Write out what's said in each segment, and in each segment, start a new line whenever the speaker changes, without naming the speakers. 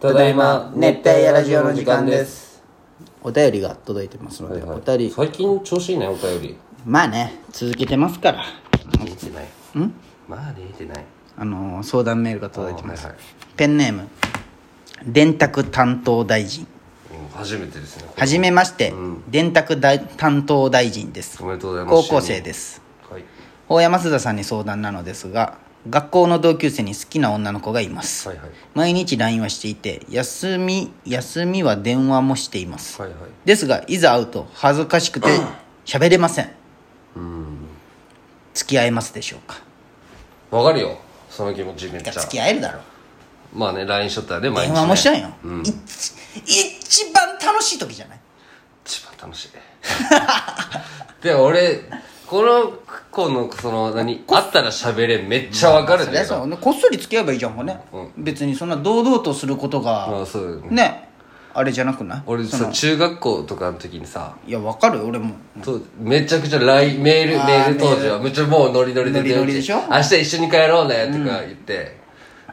ただいま熱帯夜ラジオの時間です
お便りが届いてますので、お便り
最近調子いいねお便り
まあね続けてますから
見えてないんまあ見えてない
あのー相談メールが届いてます、
あはいはい
ペンネーム電卓担当大臣
うん初めてですね
はじめまして、電卓大担当大臣です
おめでとうございま
高
す
校生です
はい
大山須田さんに相談なのですが学校の同級生に好きな女の子がいます、
はいはい
毎日 LINE はしていて休み休みは電話もしています
はいはい
ですがいざ会うと恥ずかしくて喋れません付き合えますでしょうか
わかるよその気持ちめっ
い
ち
や
ゃ
付き合えるだろ
まあね LINE しとったらね毎日
電
ね
話もしたんよ、
うん
一一番楽しい時じゃない
一番楽しい でも俺この子のその何あったら喋れんめっちゃわかるん
そ
だ
りゃ
けど
そうこっそり付き合えばいいじゃんかね、
う
別にそんな堂々とすること
ま
が
あそうだよね
ねあれじゃなくない
俺
そ
さ
の
中学校とかの時にさ
いやわかるよ俺も
そうめちゃくちゃ LINE メール
あー
メール当時はめっちゃもうノリノリで
ノリノリでしょ
明日一緒に帰ろうねとか言って、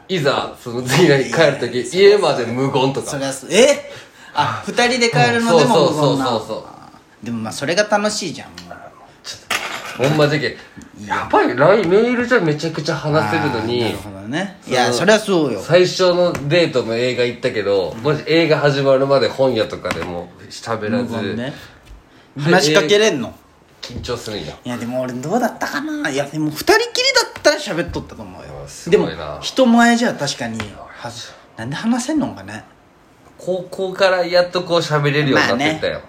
いざその次の日帰る時家まで無言と
そ
か
りゃすえあ二人で帰るのでも
そう
無言な
そうそうそう
あーでもまあそれが楽しいじゃんもう
ほんまじゃけやばい LINE メールじゃめちゃくちゃ話せるの
あーな
に
るほどねいやそりゃそうよ
最初のデートの映画行ったけどもし映画始まるまで本屋とかでも喋ら
無
ず、
言ね
で
話しかけれんの
緊張するんや
いやでも俺どうだったかないやでも二人きりだったら喋っとったと思うよ
あす
で
ご
も
いな
人前じゃ確かにはずなんで話せんのかね
高校からやっとこう喋れるようになってったよ、
まあね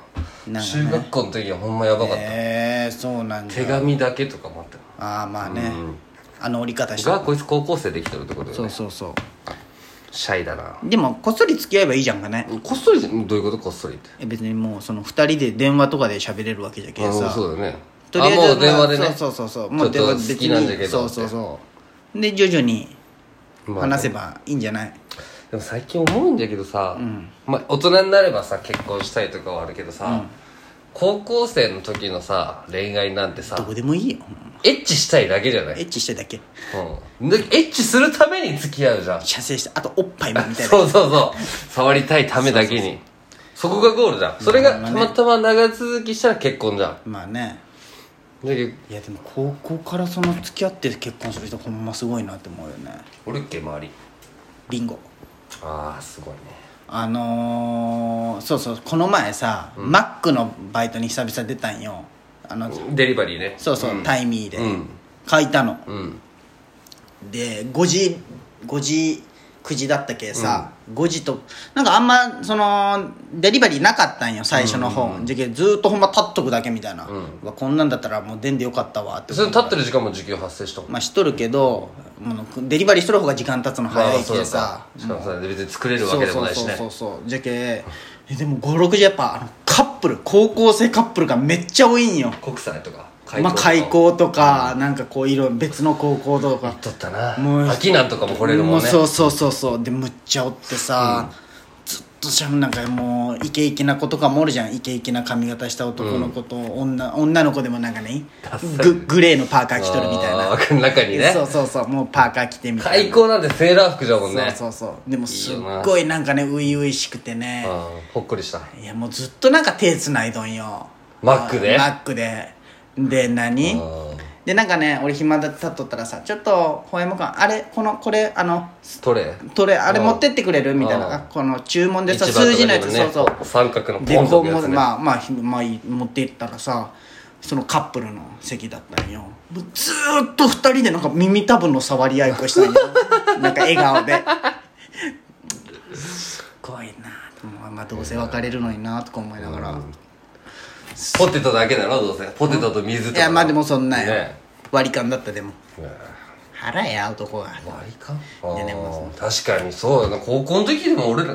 中学校の時はほんまやばかった、
ええそうなんだ
手紙だけとかもあったよ
ああまあね、あの折り方して
がこいつ高校生できてるってことだよ
そう
ね
そうそ
シャイだな
うでもこっそり付き合えばいいじゃんかね
こっそりじゃどういうことこっそりって
え別にもうその二人で電話とかで喋れるわけじゃけ
あ
んさ
そうだね
とりあえず
あもう電話でね
まあそうそうそうそう
ちょっと
電話で
好きなんだけど
そうそうそうで徐々に
まあね
話せばいいんじゃない、
でも最近思うんだけどさ、まあ、大人になればさ結婚したいとかはあるけどさ、高校生の時のさ恋愛なんて
ど
さ
こでもいいよ
エッチしたいだけじゃない
エッチしてだけ
うん、でエッチするために付き合うじゃん
射精してあとおっぱいもみたいな
そうそうそう触りたいためだけにそこがゴールじゃんそれがたまたま長続きしたら結婚じゃんだ
まあね
けど
いやでも高校からその付き合って結婚する人ほんますごいなって思うよね
おるっけ周り
リンゴ
ああすごいね
あのー、そうそうこの前さ、マックのバイトに久々出たんよあの
デリバリーね
そうそう、タイミーで、
うん
書いたの
うん
で5時5時9時だったけさ、5時となんかあんまそのデリバリーなかったんよ最初の方、じゃけずーっとほんま立っとくだけみたいな、うわこんなんだったらもう出んでよかったわって
それ立ってる時間も時給発生したもん
まあしとるけどもうデリバリーしとる方が時間経つの早いけさ
まあそうだかしかもさ別に作れるわけでもないしね
そうそうそうそうじゃけえでも56時やっぱあのカップル高校生カップルがめっちゃ多いんよ
国際とか
まあ開校とか、なんかこういろいろ別の高校とか
とったな
もう
秋なんとかも来れるもんね
そうそうそうそうでむっちゃおってさ、ずっとしゃんなんかもうイケイケな子とかもおるじゃんイケイケな髪型した男の子と女,、女の子でもなんかね
ダサい
ググレーのパーカー着とるみたい
あ
な
ー中にね
そうそうそうもうパーカー着てみたい
開
な
校なんてセーラー服じゃもんね
そうそうそうでもすっ
よな
ごいなんかね初々しくてね
うんほっこりした
いやもうずっとなんか手つないどんよ
マックで
マックでで何
うん
でなんかね俺暇だって立っとったらさちょっとほやもくんあれこのこれあの
トレ
トレあれ持ってってくれるみたい
うん
なあこの注文でさ
一番と
数
か
字のや
で
つ
も
そ
ね
うそう
三角の
で
ポン
ことう
かや
も
つね
まあまあひまあい持っていったらさそのカップルの席だったんよもうずーっと二人でなんか耳たぶの触り合いをしたんよ なんか笑顔ですっごいなと思うまあどうせ別れるのになとか思いながら、
ポテトだけだろどうせポテトと水と
い
か
やまあでもそんなんや、
ね
割り勘だったでも
え
腹や男は
割り勘あ
いやでも
ー確かにそうだな高校の時でも俺ら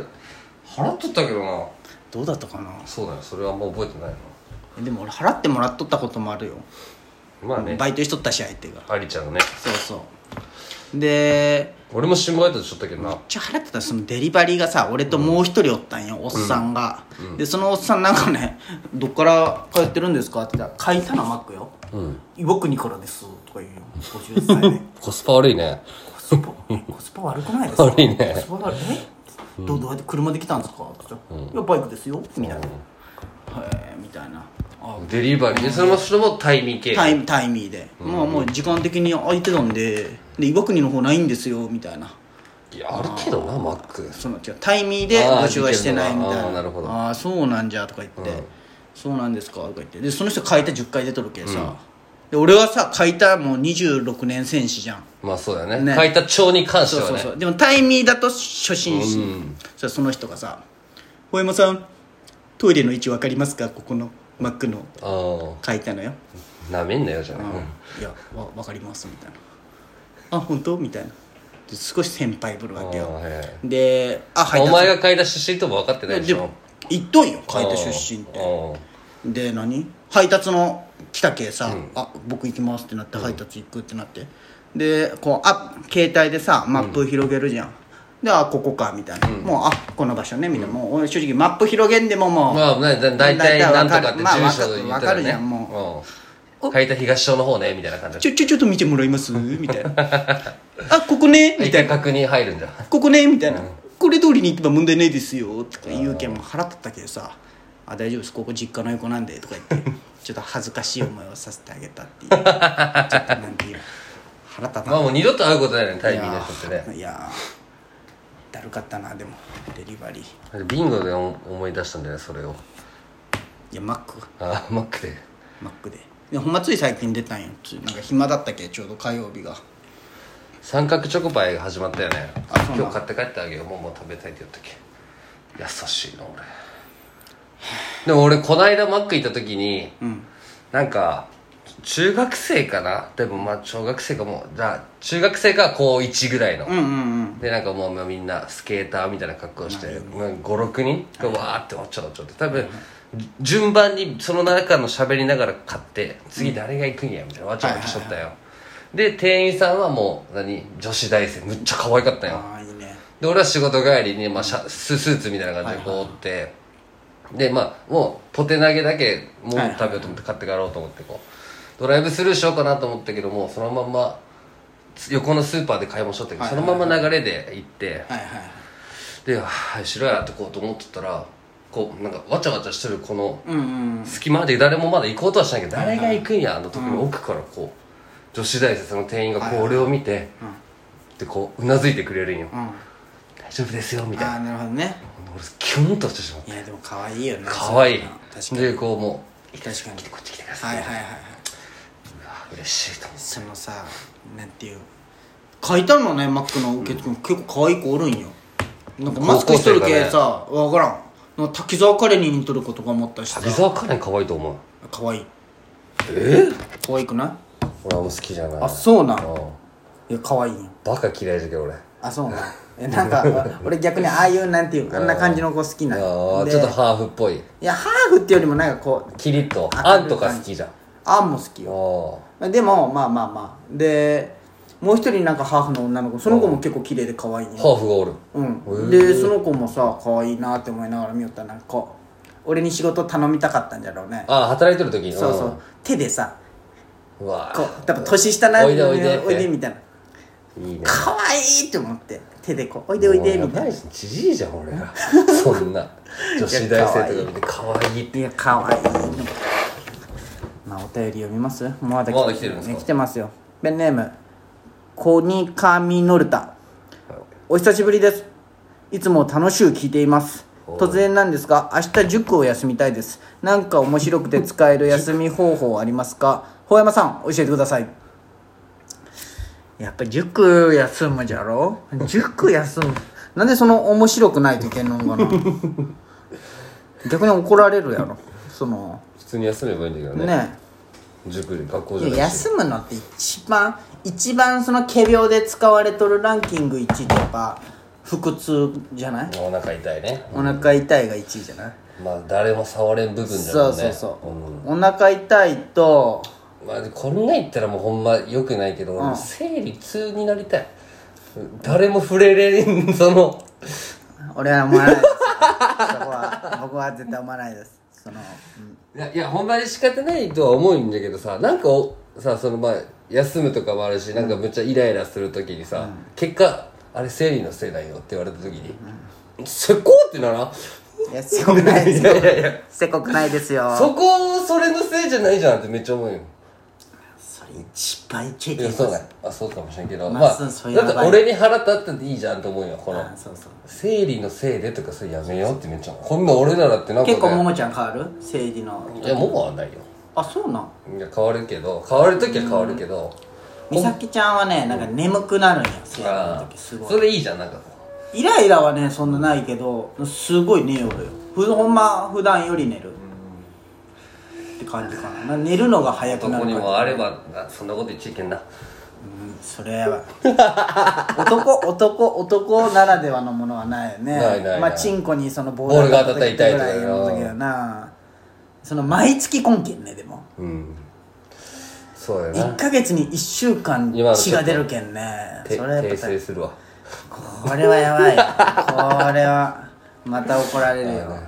払っとったけどな
どうだったかな
そうだよそれはあんま覚えてないな
でも俺払ってもらっとったこともあるよ
まあね
バイトしとったし相手が
ありちゃんがね
そうそうで
俺も新バイトしとったけどな
ちょ払ってたらそのデリバリーがさ俺ともう一人おったんよ、おっさんが、でそのおっさんなんかね「どっから通ってるんですか?」って言ったら「書いたなマックよ、岩国からです」とか言うよ50歳で
コスパ悪いね
コスパコスパ悪くないですか
悪いね
コスパ悪いえどうどうやって車で来たんですか?」って言ったら「いやバイクですよ」みたいな「へえ」みたいなあ
デリバリーでそれもそれもタイミー系
タイタイミーで、まあもう時間的に空いてたんでで岩国の方ないんですよみたいない
やあるけどなマック
その違うタイミーで
あー
募集はしてないみたい
あ
な
ーなるほど
あーそうなんじゃとか言って、そうなんですかとか言ってでその人書いた10回出とるけさ、で俺はさ書いたもう26年戦士じゃん
まあそうだよね
ね
書いた帳に関して
そう
は
そう
ね
そうでもタイミーだと初心者、そしたらその人がさ「小山さんトイレの位置分かりますかここのマックの
あ
書いたのよ」
あなめんなよじゃない、
いやわ分かります」みたいな「あ本当?」みたいなで少し先輩ぶるわけ
あ
よ
ーへ
で「あ
えお前
が
が書いた出身とも分かってないでし
で
ょ
言っとんよ書いた出身って
あ
で何配達の来たけさ「あ僕行きます」ってなって配達行くってなって、でこうあ携帯でさマップ広げるじゃん、であここかみたいな、もうあこの場所ねみたいな、もう俺正直マップ広げんでももう、
まあねだ大体なんとかって
まあわ
住
か
所言っ
わ
た
からるじゃ
ね
んも
うん書いた東町の方ねみたいな感
う
じで
ちょちょちょっと見てもらいますみたいなあここねみ
一
たい
回
な
確認入るんじゃん
ここねみたいな、これ通りに行けば問題ないですよとか言うけんもう腹立ったけどさ「あ大丈夫ですここ実家の横なんで」とか言ってちょっと恥ずかしい思いをさせてあげたっていうちょっとなんていう腹立た
まあ
な
もう二度と会うことないねタイ
い
ミーの
や
人ってね
ーいやーだるかったなでもデリバリーい
ビンゴで思思い出したんだよねそれを
やマック
ああマックで
マックででほんまつい最近出たんよついなんか暇だったけちょうど火曜日が
三角チョコパイが始まったよね
あそうなん
今日買って帰ってあげようもうもう食べたいって言ったっけ優しいな俺でも俺こないだマック行った時に、なんか中学生かなでもまあ小学生かもじゃあ中学生か高1ぐらいの、
うんうんうん
でなんかもうみんなスケーターみたいな格好をして56人がわーっておっちょおっちょって多分じ順番にその中の喋りながら買って次誰が行くんやみたいなわちゃわちゃしとったよで店員さんはもう何女子大生むっちゃ可愛かったよ
ああいいね
で俺は仕事帰りに、まあ、シャススーツみたいな感じでこう折って、でまあもうポテ投げだけもう
はいはい
食べようと思って買って帰ろうと思ってこうドライブスルーしようかなと思ったけどもうそのまんまつ横のスーパーで買い物しとったけど、
はいはいはい
そのまま流れで行って
はいはい
で「はい白や」とこうと思っとったらこうなんかわちゃわちゃしてるこの
うんうん
隙間で誰もまだ行こうとはしないけど誰が行くんやあの時に奥からこう女子大生の店員がこう俺を見てでこううなずいてくれるんよ
うんあ
「大丈夫ですよ」みたいな
あなるほどね
俺キュンとしてしまって
いやでも可愛いよね
可愛い
確かに
でこうもう
確かに
こっち来てくださ
はい
い、
はいはいはい
あ嬉しいと思
そのさなんていう書いたのねマックの受付も結構可愛い子おるんよなんかマスクしとる
高校生だ
け
ね
さ分からんなんか滝沢カレンに似とることが思ったしさ
う滝沢カレン可愛いと思う
可愛い
え
可愛くない
俺はもう好きじゃない
あそうなん
ん
いや可愛いよ
バカ嫌いじゃけど俺
あそう なんえなんか俺逆にああいうなんていうあんな感じの子好きなんよ
ああ
で
ちょっとハーフっぽい
いやハーフってよりもなんかこう
キリッと
明るい
あんとか好きじゃんあ
あんも好きよ
あ
でもまあまあまあでもう一人なんかハーフの女の子その子も結構綺麗で可愛いね
ハーフがおる
うんでその子もさ可愛いなって思いながら見よったらなんかこう俺に仕事頼みたかったんじゃろうね
ああ働いてる時に
そうそう手でさ
うんうわ
こう多分年下な
おいでおいでって
おいでみたいない
いね
可愛いって思って手でこうおいでおいでみたい
いなじじいじゃん俺らそんな女子大生とか見て可愛いって
ないや可愛いのまあお便り読みますまだ
まだ来てるんですか
ね来てますよペンネームコニカミノルタお久しぶりですいつも楽しゅう聞いています突然なんですが明日塾を休みたいですなんか面白くて使える休み方法ありますか法山さん教えてくださいやっぱ塾休むじゃろ塾休むなんでその面白くないといけんの んかな逆に怒られるやろその
普通に休めばいいんだけどね
ね
塾で学校じゃ
いや
ないし
休むのって一番一番その仮病で使われとるランキング1位ってやっぱ腹痛じゃない
お腹痛いね
お腹痛いが1位じゃない
まあ誰も触れん部分だ
そ
も
うん
ね
そうそう、お腹痛いと
まあ、こんなん言ったらもうほんまよくないけど、俺生理痛になりたい誰も触れれんその
俺は思わないですそこは僕は絶対思わないですその、うん
いやいやほんまに仕方ないとは思うんだけどさなんかおさそのまあ休むとかもあるしなんかむっちゃイライラするときにさ、結果あれ生理のせいだよって言われた時に、せこってならん
いやせこくないで すよ
いやいや
せこくないですよ
そこそれのせいじゃないじゃんってめっちゃ思うよ
それ一番いけ
い
て
や
る
そうだよあそうかもしれんけど
ま
ま
あ
あ
そ
だ
う
って
そうやばい
俺に腹立ってていいじゃんと思うよこの
あそうそう
生理のせいでとかそれやめようってめっちゃ思うこんな俺ならってなんかね
結構ももちゃん変わる生理の
いやももはないよ
あそうなん
いや変わるけど変わる時は変わるけど
美咲ちゃんはねなんか眠くなるんよ生理の
あ
時す
ー
ごい
それいいじゃんなんか
イライラはねそんなないけどすごい寝よるよふほんま普段より寝るって感じかな、まあ、寝るのが早くな
男
る
に
から
もあればあそんなこと言っちゃいけんな
それは男男男ならではのものはないよね
ないない
まあ
ない
チンコにそのボ
ボールが
当たった
当たった
ぐ
痛い
ら
と
い
かよ
の時はなその毎月根拠ねでも
うんそうや
1
な
か月に1週間
今のち
血
ょっ
が
と
出るけんね
て
それはや
訂
っぱり
正するわ
これはやばいよこれはまた怒られ るよ、うん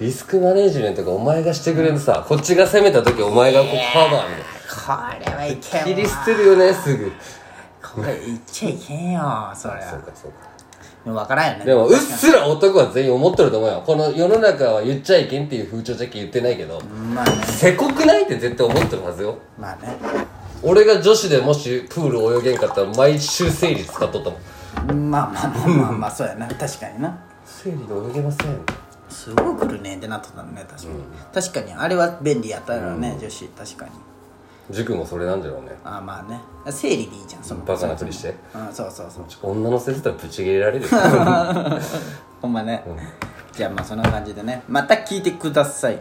リスクマネージメントがお前がしてくれるさこっちが攻めた時お前がこうカバーみたいな
これはいけんわ
切り捨てるよねすぐ
これいっちゃいけんよそり
そう
ゃ
かそうか
でも分からんよね
でもうっすら男は全員思ってると思うよこの世の中は言っちゃいけんっていう風潮じゃけ言ってないけど
まあね
せこくないって絶対思ってるはずよ
まあね
俺が女子でもしプール泳げんかったら毎週生理使っとったもん
まあまあまあまあまあそうやな確かにな
生理で泳げません
すごい来るねってなっとったのね確かに、確かにあれは便利やったよね、女子確かに
塾もそれなんじゃろうね
ああまあね生理でいいじゃんその
バカなふりして
うんそうそうそう
ちょ女の先生だったらぶち切れられ るよ
ほんまね、じゃあまあそんな感じでねまた聞いてください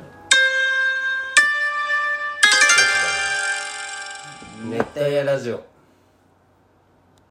熱帯夜ラジオ